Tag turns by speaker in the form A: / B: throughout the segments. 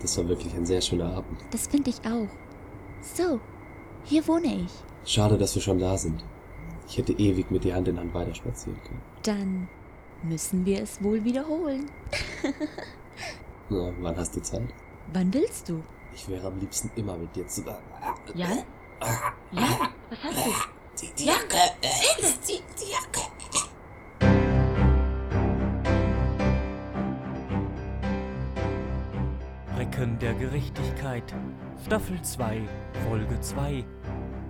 A: Das war wirklich ein sehr schöner Abend.
B: Das finde ich auch. So, hier wohne ich.
A: Schade, dass wir schon da sind. Ich hätte ewig mit dir Hand in Hand weiter spazieren können.
B: Dann müssen wir es wohl wiederholen.
A: Na, wann hast du Zeit?
B: Wann willst du?
A: Ich wäre am liebsten immer mit dir zusammen.
B: Ja? Ja? Was hast du?
A: Die, die Jacke! Die, die Jacke!
C: Recken der Gerechtigkeit, Staffel 2, Folge 2.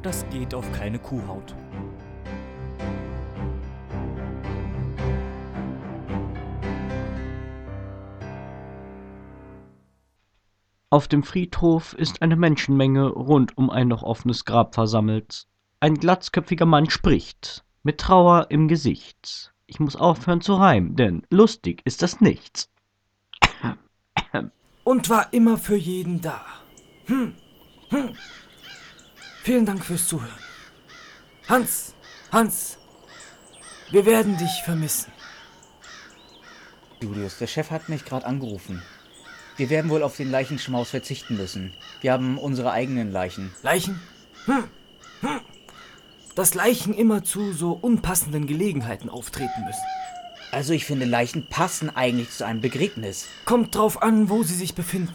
C: Das geht auf keine Kuhhaut.
D: Auf dem Friedhof ist eine Menschenmenge rund um ein noch offenes Grab versammelt. Ein glatzköpfiger Mann spricht, mit Trauer im Gesicht. Ich muss aufhören zu reimen, denn lustig ist das nichts.
E: und war immer für jeden da. Hm. Hm. Vielen Dank fürs Zuhören. Hans, Hans, wir werden dich vermissen.
F: Julius, der Chef hat mich gerade angerufen. Wir werden wohl auf den Leichenschmaus verzichten müssen. Wir haben unsere eigenen Leichen.
E: Leichen? Hm. Hm. Dass Leichen immer zu so unpassenden Gelegenheiten auftreten müssen.
F: Also ich finde, Leichen passen eigentlich zu einem Begräbnis.
E: Kommt drauf an, wo sie sich befinden.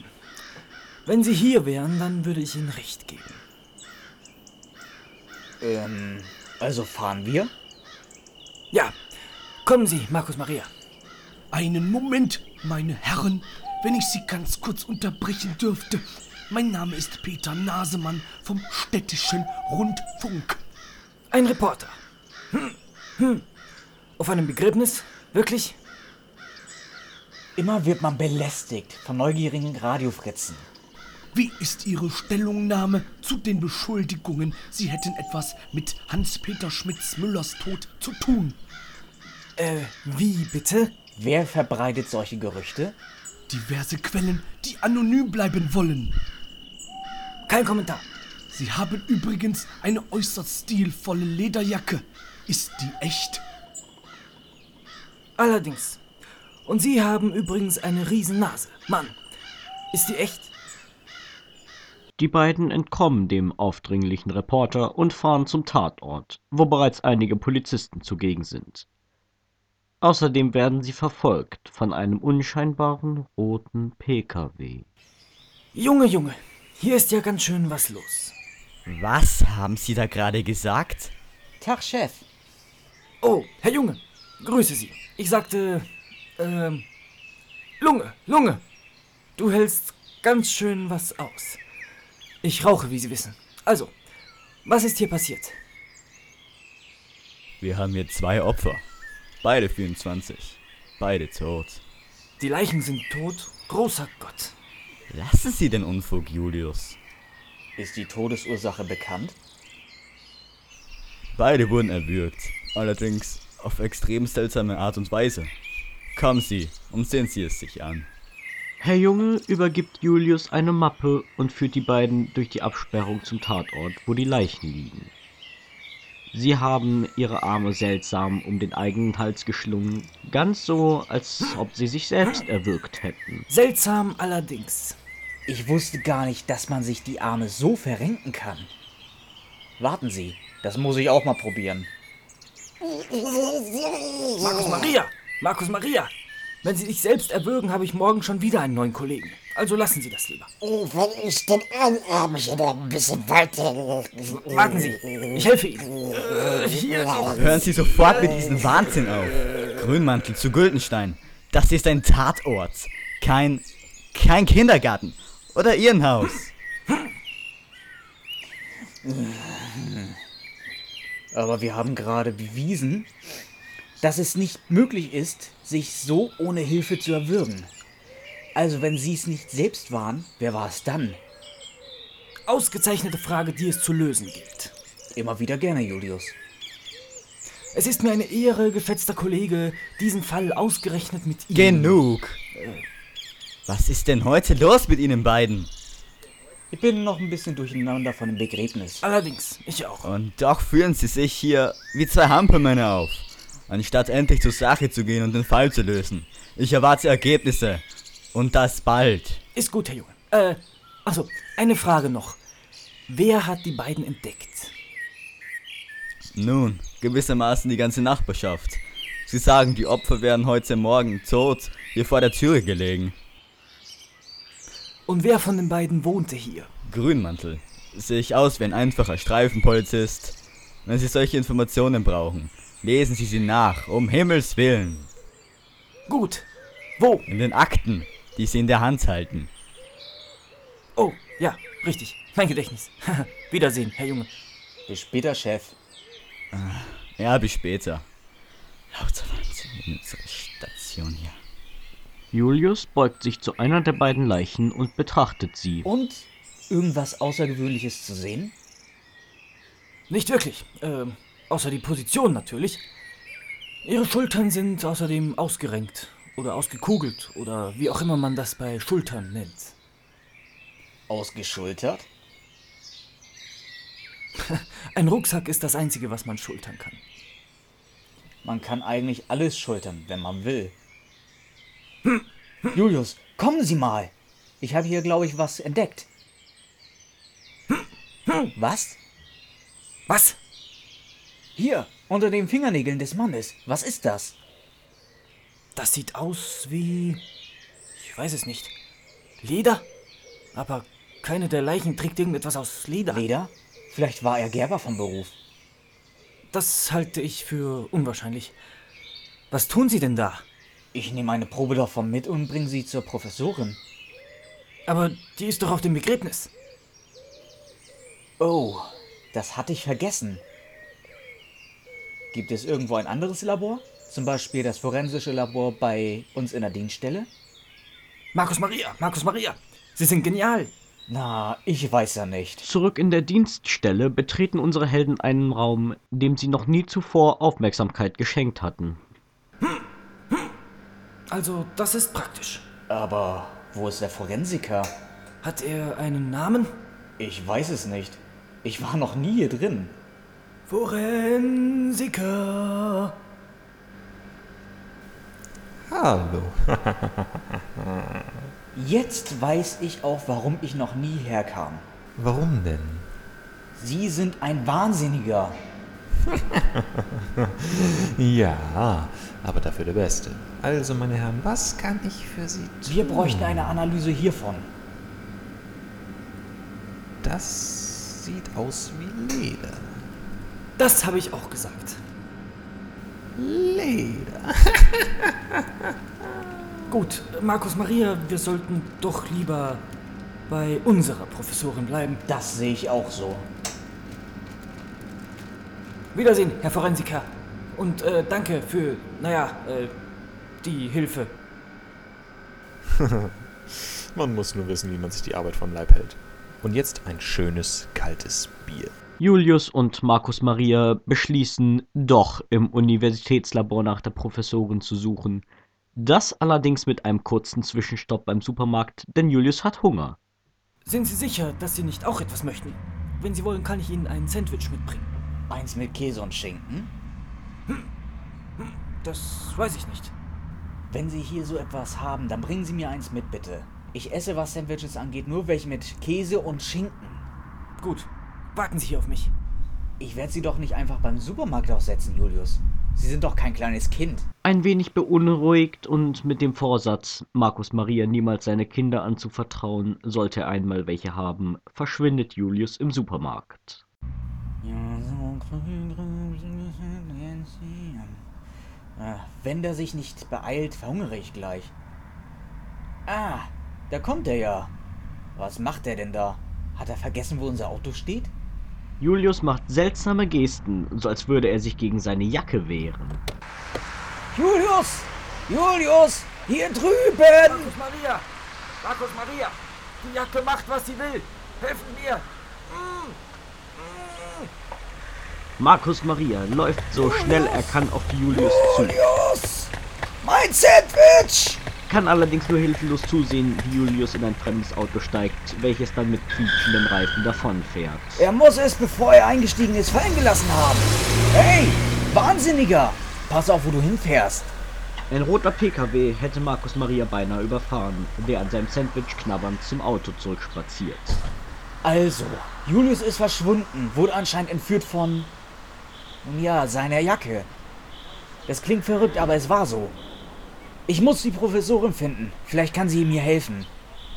E: Wenn sie hier wären, dann würde ich ihnen recht geben.
F: Ähm, also fahren wir?
E: Ja, kommen Sie, Markus Maria.
G: Einen Moment, meine Herren, wenn ich Sie ganz kurz unterbrechen dürfte. Mein Name ist Peter Nasemann vom Städtischen Rundfunk.
E: Ein Reporter. Hm, hm. Auf einem Begräbnis? Wirklich?
F: Immer wird man belästigt von neugierigen Radiofritzen.
G: Wie ist Ihre Stellungnahme zu den Beschuldigungen, Sie hätten etwas mit Hans-Peter Schmitz-Müllers Tod zu tun?
E: Äh, wie bitte?
F: Wer verbreitet solche Gerüchte?
G: Diverse Quellen, die anonym bleiben wollen.
E: Kein Kommentar.
G: Sie haben übrigens eine äußerst stilvolle Lederjacke. Ist die echt?
E: Allerdings. Und Sie haben übrigens eine Riesennase. Mann, ist die echt?
D: Die beiden entkommen dem aufdringlichen Reporter und fahren zum Tatort, wo bereits einige Polizisten zugegen sind. Außerdem werden sie verfolgt von einem unscheinbaren roten Pkw.
E: Junge, Junge, hier ist ja ganz schön was los.
H: Was haben Sie da gerade gesagt?
F: Tag, Chef.
E: Oh, Herr Junge, grüße Sie. Ich sagte, ähm, Lunge, Lunge, du hältst ganz schön was aus. Ich rauche, wie Sie wissen. Also, was ist hier passiert?
H: Wir haben hier zwei Opfer. Beide 24. Beide tot.
E: Die Leichen sind tot, großer Gott.
H: Lassen Sie den Unfug, Julius.
F: Ist die Todesursache bekannt?
H: Beide wurden erwürgt. Allerdings auf extrem seltsame Art und Weise. Kommen Sie und sehen Sie es sich an.
D: Herr Junge übergibt Julius eine Mappe und führt die beiden durch die Absperrung zum Tatort, wo die Leichen liegen. Sie haben ihre Arme seltsam um den eigenen Hals geschlungen, ganz so, als ob sie sich selbst erwürgt hätten.
E: Seltsam allerdings.
F: Ich wusste gar nicht, dass man sich die Arme so verrenken kann. Warten Sie, das muss ich auch mal probieren.
E: Markus
I: Oh.
E: Maria! Markus Maria! Wenn Sie dich selbst erwürgen, habe ich morgen schon wieder einen neuen Kollegen. Also lassen Sie das lieber.
I: Äh, Wenn ich den Einarm hier noch ein bisschen weiter.
E: Warten Sie, ich helfe Ihnen. Äh, hier noch.
H: Hören Sie sofort mit diesem Wahnsinn auf. Grünmantel zu Güldenstein. Das ist ein Tatort. Kein. kein Kindergarten. Oder Irrenhaus.
F: Aber wir haben gerade bewiesen, dass es nicht möglich ist, sich so ohne Hilfe zu erwürgen. Also wenn Sie es nicht selbst waren, wer war es dann?
E: Ausgezeichnete Frage, die es zu lösen gilt.
F: Immer wieder gerne, Julius.
E: Es ist mir eine Ehre, geschätzter Kollege, diesen Fall ausgerechnet mit Ihnen.
H: Genug. Was ist denn heute los mit Ihnen beiden?
F: Ich bin noch ein bisschen durcheinander von dem Begräbnis.
E: Allerdings, ich auch.
H: Und doch führen Sie sich hier wie zwei Hampelmänner auf. Anstatt endlich zur Sache zu gehen und den Fall zu lösen. Ich erwarte Ergebnisse. Und das bald.
E: Ist gut, Herr Junge. Äh, achso, eine Frage noch. Wer hat die beiden entdeckt?
H: Nun, gewissermaßen die ganze Nachbarschaft. Sie sagen, die Opfer wären heute Morgen tot hier vor der Türe gelegen.
E: Und wer von den beiden wohnte hier?
H: Grünmantel. Sich aus wie ein einfacher Streifenpolizist. Wenn Sie solche Informationen brauchen, lesen Sie sie nach, um Himmels Willen.
E: Gut. Wo?
H: In den Akten, die Sie in der Hand halten.
E: Oh, ja, richtig. Mein Gedächtnis. Wiedersehen, Herr Junge.
F: Bis später, Chef.
H: Ja, bis später. Lauter Wahnsinn in unserer Station hier.
D: Julius beugt sich zu einer der beiden Leichen und betrachtet sie.
F: Und irgendwas Außergewöhnliches zu sehen?
E: Nicht wirklich. Ähm, außer die Position natürlich. Ihre Schultern sind außerdem ausgerenkt oder ausgekugelt oder wie auch immer man das bei Schultern nennt.
F: Ausgeschultert?
E: Ein Rucksack ist das Einzige, was man schultern kann.
F: Man kann eigentlich alles schultern, wenn man will. Hm. Julius, kommen Sie mal. Ich habe hier, glaube ich, was entdeckt. Was?
E: Hm. Was?
F: Hier, unter den Fingernägeln des Mannes. Was ist das?
E: Das sieht aus wie... Ich weiß es nicht. Leder? Aber keine der Leichen trägt irgendetwas aus Leder.
F: Leder? Vielleicht war er Gerber vom Beruf.
E: Das halte ich für unwahrscheinlich. Was tun Sie denn da?
F: Ich nehme eine Probe davon mit und bringe sie zur Professorin.
E: Aber die ist doch auf dem Begräbnis.
F: Oh, das hatte ich vergessen. Gibt es irgendwo ein anderes Labor? Zum Beispiel das forensische Labor bei uns in der Dienststelle?
E: Markus Maria, Markus Maria, Sie sind genial.
F: Na, ich weiß ja nicht.
D: Zurück in der Dienststelle betreten unsere Helden einen Raum, dem sie noch nie zuvor Aufmerksamkeit geschenkt hatten.
E: Also, das ist praktisch.
F: Aber wo ist der Forensiker?
E: Hat er einen Namen?
F: Ich weiß es nicht. Ich war noch nie hier drin.
E: Forensiker.
J: Hallo.
F: Jetzt weiß ich auch, warum ich noch nie herkam.
J: Warum denn?
F: Sie sind ein Wahnsinniger.
J: Ja, aber dafür der Beste. Also, meine Herren, was kann ich für Sie tun?
F: Wir bräuchten eine Analyse hiervon.
J: Das sieht aus wie Leder.
E: Das habe ich auch gesagt.
J: Leder.
E: Gut, Markus Maria, wir sollten doch lieber bei unserer Professorin bleiben.
F: Das sehe ich auch so.
E: Wiedersehen, Herr Forensiker. Und äh, danke für, naja, äh, die Hilfe.
J: Man muss nur wissen, wie man sich die Arbeit vom Leib hält. Und jetzt ein schönes, kaltes Bier.
D: Julius und Markus Maria beschließen, doch im Universitätslabor nach der Professorin zu suchen. Das allerdings mit einem kurzen Zwischenstopp beim Supermarkt, denn Julius hat Hunger.
E: Sind Sie sicher, dass Sie nicht auch etwas möchten? Wenn Sie wollen, kann ich Ihnen ein Sandwich mitbringen.
F: Eins mit Käse und Schinken.
E: Das weiß ich nicht.
F: Wenn Sie hier so etwas haben, dann bringen Sie mir eins mit, bitte. Ich esse, was Sandwiches angeht, nur welche mit Käse und Schinken.
E: Gut, warten Sie hier auf mich.
F: Ich werde Sie doch nicht einfach beim Supermarkt aussetzen, Julius. Sie sind doch kein kleines Kind.
D: Ein wenig beunruhigt und mit dem Vorsatz, Markus Maria niemals seine Kinder anzuvertrauen, sollte er einmal welche haben, verschwindet Julius im Supermarkt.
F: Ah, Wenn der sich nicht beeilt, verhungere ich gleich. Ah, da kommt er ja. Was macht er denn da? Hat er vergessen, wo unser Auto steht?
D: Julius macht seltsame Gesten, so als würde er sich gegen seine Jacke wehren.
F: Julius! Julius! Hier drüben!
E: Markus Maria! Markus Maria! Die Jacke macht, was sie will! Helfen mir!
D: Markus Maria läuft so schnell er kann auf Julius zu,
F: Julius! Mein Sandwich!
D: kann allerdings nur hilflos zusehen, wie Julius in ein fremdes Auto steigt, welches dann mit quietschenden Reifen davonfährt.
F: Er muss es, bevor er eingestiegen ist, fallen gelassen haben. Hey, Wahnsinniger! Pass auf, wo du hinfährst.
D: Ein roter PKW hätte Markus Maria beinahe überfahren, der an seinem Sandwich knabbernd zum Auto zurückspaziert.
F: Also, Julius ist verschwunden, wurde anscheinend entführt von. Nun ja, seiner Jacke. Das klingt verrückt, aber es war so. Ich muss die Professorin finden. Vielleicht kann sie mir helfen.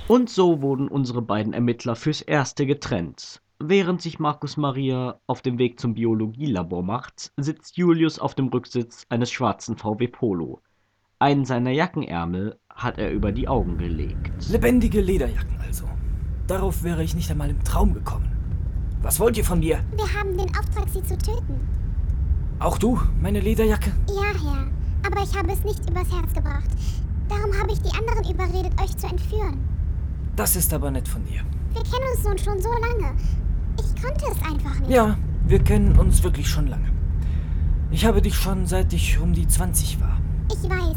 D: Und so wurden unsere beiden Ermittler fürs Erste getrennt. Während sich Markus Maria auf dem Weg zum Biologielabor macht, sitzt Julius auf dem Rücksitz eines schwarzen VW Polo. Einen seiner Jackenärmel hat er über die Augen gelegt.
E: Lebendige Lederjacken also. Darauf wäre ich nicht einmal im Traum gekommen. Was wollt ihr von mir?
K: Wir haben den Auftrag, sie zu töten.
E: Auch du, meine Lederjacke?
K: Ja, Herr. Aber ich habe es nicht übers Herz gebracht. Darum habe ich die anderen überredet, euch zu entführen.
E: Das ist aber nett von dir.
K: Wir kennen uns nun schon so lange. Ich konnte es einfach nicht.
E: Ja, wir kennen uns wirklich schon lange. Ich habe dich schon seit ich um die 20 war.
K: Ich weiß.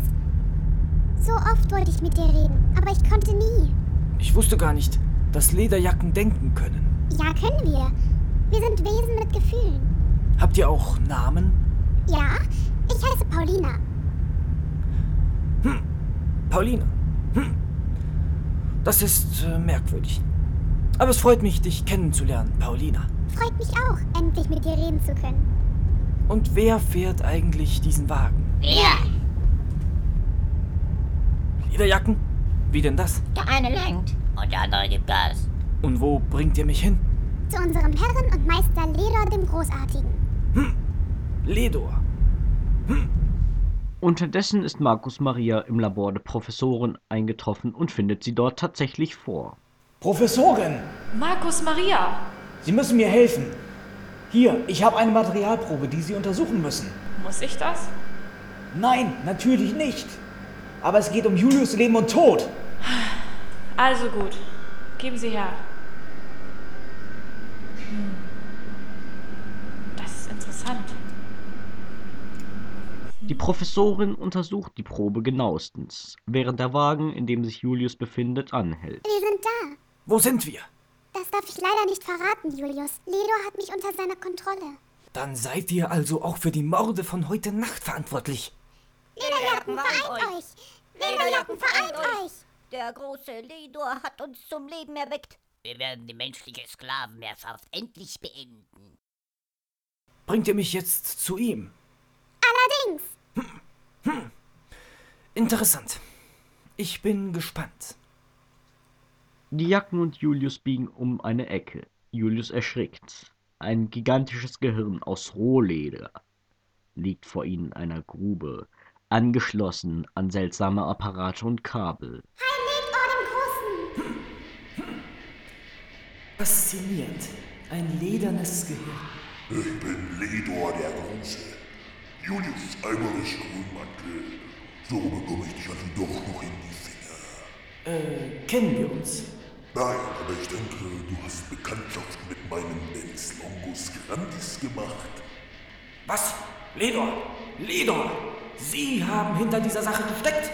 K: So oft wollte ich mit dir reden, aber ich konnte nie.
E: Ich wusste gar nicht, dass Lederjacken denken können.
K: Ja, können wir. Wir sind Wesen mit Gefühlen.
E: Habt ihr auch Namen?
K: Ja, ich heiße Paulina.
E: Paulina. Hm. Das ist äh, merkwürdig. Aber es freut mich, dich kennenzulernen, Paulina.
K: Freut mich auch, endlich mit dir reden zu können.
E: Und wer fährt eigentlich diesen Wagen?
K: Ja,
E: Lederjacken? Wie denn das?
K: der eine lenkt und der andere gibt Gas.
E: Und wo bringt ihr mich hin?
K: Zu unserem Herren und Meister Leder dem Großartigen.
E: Ledor.
D: Unterdessen ist Markus Maria im Labor der Professorin eingetroffen und findet sie dort tatsächlich vor.
F: Professorin,
L: Markus Maria,
F: Sie müssen mir helfen. Hier, ich habe eine Materialprobe, die Sie untersuchen müssen.
L: muss ich das?
F: Nein, natürlich nicht. Aber es geht um Julius Leben und Tod.
L: Also gut, geben Sie her. Hm. Das ist interessant.
D: Die Professorin untersucht die Probe genauestens, während der Wagen, in dem sich Julius befindet, anhält.
K: Wir sind da.
E: Wo sind wir?
K: Das darf ich leider nicht verraten, Julius. Ledor hat mich unter seiner Kontrolle.
E: Dann seid ihr also auch für die Morde von heute Nacht verantwortlich.
K: Lederjacken vereint euch! Lederjacken vereint euch!
M: Der große Ledor hat uns zum Leben erweckt. Wir werden die menschliche Sklavenherrschaft endlich beenden.
E: Bringt ihr mich jetzt zu ihm? Hm,
K: Allerdings!
E: Interessant. Ich bin gespannt.
D: Die Jacken und Julius biegen um eine Ecke. Julius erschrickt. Ein gigantisches Gehirn aus Rohleder liegt vor ihnen in einer Grube, angeschlossen an seltsame Apparate und Kabel.
K: Ledor dem Großen!
E: Faszinierend. Ein ledernes Gehirn.
N: Ich bin Ledor der Große. Julius Alberich Grünmantel. So bekomme ich dich also doch noch in die Finger.
E: Äh, kennen wir uns?
N: Nein, aber ich denke, du hast Bekanntschaft mit meinem Mens Longus Grandis gemacht.
E: Was? Ledor! Ledor! Sie haben hinter dieser Sache gesteckt!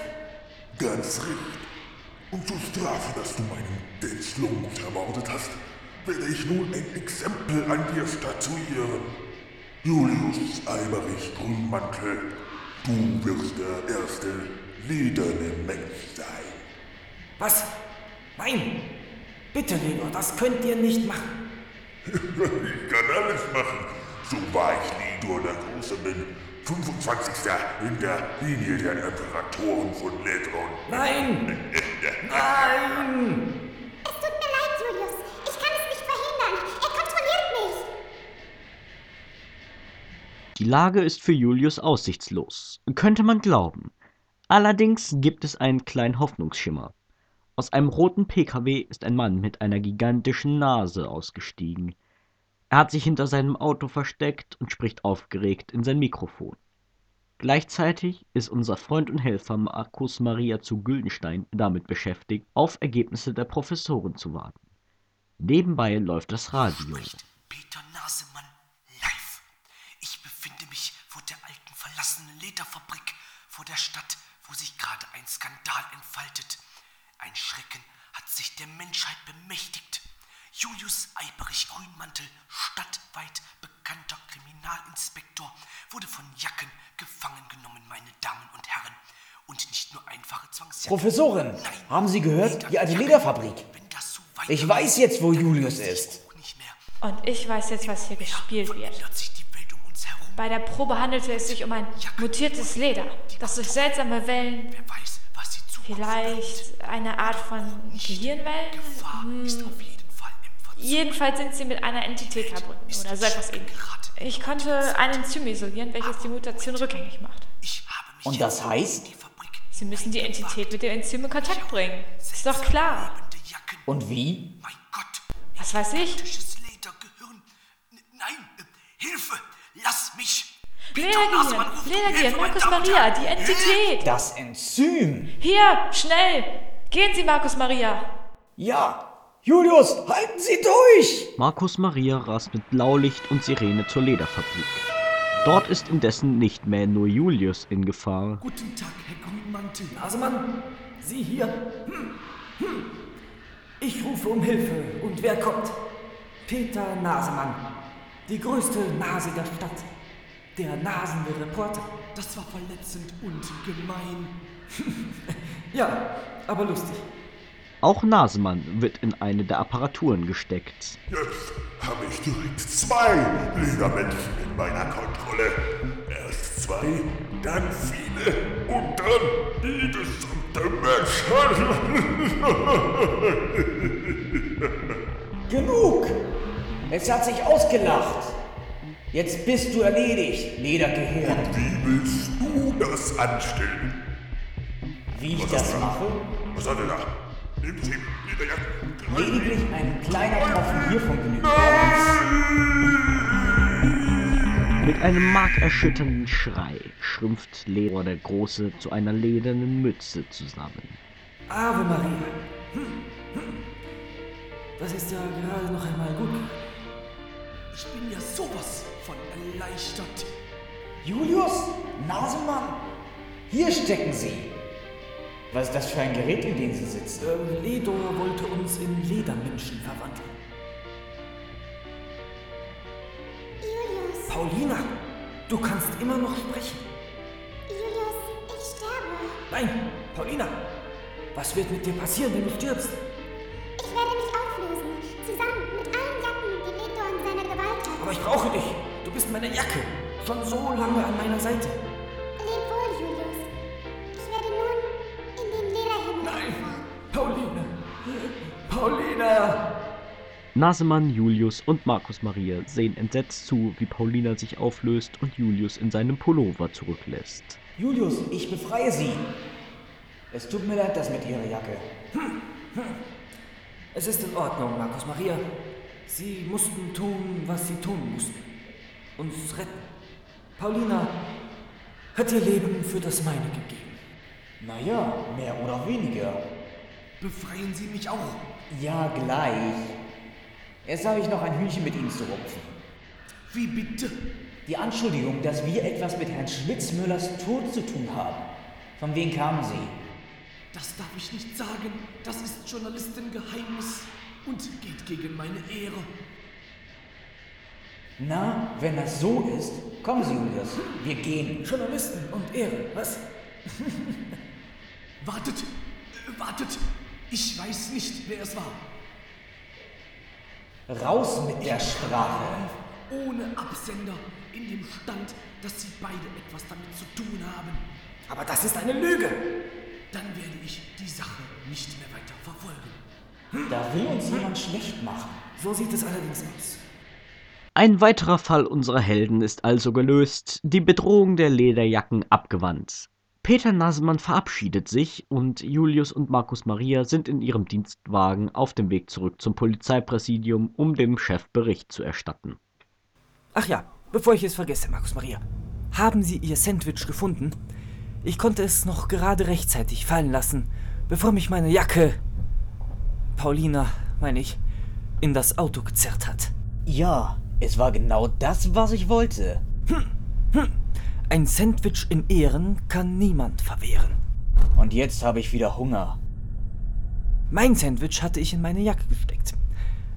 N: Ganz recht. Und zur Strafe, dass du meinen Dens Longus ermordet hast, werde ich nun ein Exempel an dir statuieren. Julius Alberich Grünmantel, du wirst der erste lederne Mensch sein.
E: Was? Nein! Bitte, Ledor, das könnt ihr nicht machen.
N: Ich kann alles machen. So war ich Lidor der Große bin. 25. in der Linie der Imperatoren von Ledron.
E: Nein! Nein!
K: Es tut mir leid, Julius. Ich kann es nicht verhindern. Er kontrolliert mich.
D: Die Lage ist für Julius aussichtslos, könnte man glauben. Allerdings gibt es einen kleinen Hoffnungsschimmer. Aus einem roten PKW ist ein Mann mit einer gigantischen Nase ausgestiegen. Er hat sich hinter seinem Auto versteckt und spricht aufgeregt in sein Mikrofon. Gleichzeitig ist unser Freund und Helfer Markus Maria zu Güldenstein damit beschäftigt, auf Ergebnisse der Professoren zu warten. Nebenbei läuft das Radio.
G: Peter Nasemann live. Ich befinde mich vor der alten verlassenen Lederfabrik, vor der Stadt, wo sich gerade ein Skandal entfaltet. Ein Schrecken hat sich der Menschheit bemächtigt. Julius Eiberich Grünmantel, stadtweit bekannter Kriminalinspektor, wurde von Jacken gefangen genommen, meine Damen und Herren, und nicht nur einfache Zwangs...
F: Professorin, haben Sie gehört? Die alte Lederfabrik. Ich weiß jetzt, wo Julius ist.
L: Und ich weiß jetzt, was hier gespielt wird. Bei der Probe handelte es sich um ein mutiertes Leder, das durch seltsame Wellen, vielleicht eine Art von Gehirnwellen? Hm. Jedenfalls sind sie mit einer Entität verbunden oder so etwas ähnliches. Ich konnte ein Enzym isolieren, welches die Mutation rückgängig macht.
F: Und das heißt?
L: Sie müssen die Entität mit dem Enzym in Kontakt bringen. Ist doch klar.
F: Und wie?
L: Was weiß ich?
G: Hilfe! Lass mich!
L: Ledergehirn, Ledergehirn, Markus Maria, die Entität.
F: Das Enzym.
L: Hier, schnell! Gehen Sie, Markus Maria.
F: Ja. Julius, halten Sie durch!
D: Markus Maria rast mit Blaulicht und Sirene zur Lederfabrik. Dort ist indessen nicht mehr nur Julius in Gefahr.
E: Guten Tag, Herr Grünmantel. Hasemann, Also, Sie hier. Hm, hm. Ich rufe um Hilfe. Und wer kommt? Peter Nasemann. Die größte Nase der Stadt. Der nasende Reporter. Das war verletzend und gemein. ja, aber lustig.
D: Auch Nasemann wird in eine der Apparaturen gesteckt.
N: Jetzt habe ich direkt zwei Ledermännchen in meiner Kontrolle. Erst zwei, dann viele und dann die gesamte Menschheit.
F: Genug! Es hat sich ausgelacht. Jetzt bist du erledigt, Ledergehirn.
N: Und wie willst du das anstellen?
F: Wie ich
N: Was
F: das
N: hast du da?
F: mache?
N: Was hat er da? Nimmt sie, Lederjacke.
F: Lediglich ein kleiner Tropfen hiervon genügt.
D: Mit einem markerschütternden Schrei schrumpft Leor der Große zu einer ledernen Mütze zusammen.
E: Ave Maria. Hm, hm. Das ist ja gerade noch einmal gut.
G: Ich bin ja sowas von erleichtert.
F: Julius, Nasenmann, hier stecken Sie. Was ist das für ein Gerät, in dem Sie sitzen?
E: Ähm, Ledor wollte uns in Ledermenschen verwandeln.
K: Julius,
E: Paulina, du kannst immer noch sprechen.
K: Julius, ich sterbe.
E: Nein, Paulina, was wird mit dir passieren, wenn du stirbst?
K: Ich werde mich auflösen. Zusammen mit allen Jacken, die Leto in seiner Gewalt hat.
E: Aber ich brauche dich. Du bist meine Jacke. Schon so lange an meiner Seite.
K: Leb wohl, Julius. Ich werde nun in den Lederhimmel Nein.
E: Paulina. Paulina.
D: Nasemann, Julius und Markus Maria sehen entsetzt zu, wie Paulina sich auflöst und Julius in seinem Pullover zurücklässt.
F: Julius, ich befreie Sie. Es tut mir leid, das mit Ihrer Jacke.
E: Hm, Es ist in Ordnung, Markus Maria. Sie mussten tun, was sie tun mussten. Uns retten. Paulina hat ihr Leben für das meine gegeben.
F: Naja, mehr oder weniger.
G: Befreien Sie mich auch.
F: Ja, gleich. Jetzt habe ich noch ein Hühnchen mit Ihnen zu rupfen.
G: Wie bitte?
F: Die Anschuldigung, dass wir etwas mit Herrn Schwitzmüllers Tod zu tun haben. Von wem kamen Sie?
G: Das darf ich nicht sagen. Das ist Journalistengeheimnis und geht gegen meine Ehre.
F: Na, wenn das so ist, kommen Sie, Julius. Wir gehen.
E: Journalisten und Ehre, was?
G: Wartet, äh, wartet. Ich weiß nicht, wer es war.
F: Raus mit der Sprache.
G: Ohne Absender. In dem Stand, dass Sie beide etwas damit zu tun haben.
E: Aber das ist eine Lüge.
G: Dann werde ich die Sache nicht mehr weiter verfolgen.
F: Da will uns jemand schlecht machen.
E: So sieht es allerdings aus.
D: Ein weiterer Fall unserer Helden ist also gelöst, die Bedrohung der Lederjacken abgewandt. Peter Nasemann verabschiedet sich und Julius und Markus Maria sind in ihrem Dienstwagen auf dem Weg zurück zum Polizeipräsidium, um dem Chef Bericht zu erstatten.
E: Ach ja, bevor ich es vergesse, Markus Maria. Haben Sie Ihr Sandwich gefunden? Ich konnte es noch gerade rechtzeitig fallen lassen, bevor mich meine Jacke, Paulina, meine ich, in das Auto gezerrt hat.
F: Ja, es war genau das, was ich wollte.
E: Ein Sandwich in Ehren kann niemand verwehren.
F: Und jetzt habe ich wieder Hunger.
E: Mein Sandwich hatte ich in meine Jacke gesteckt.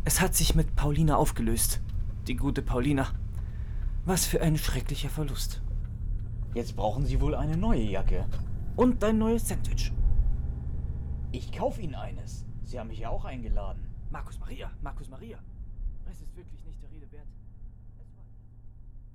E: Es hat sich mit Paulina aufgelöst. Die gute Paulina. Was für ein schrecklicher Verlust.
F: Jetzt brauchen Sie wohl eine neue Jacke.
E: Und dein neues Sandwich.
F: Ich kaufe Ihnen eines. Sie haben mich ja auch eingeladen.
E: Markus Maria, Markus Maria. Es ist wirklich nicht der Rede wert.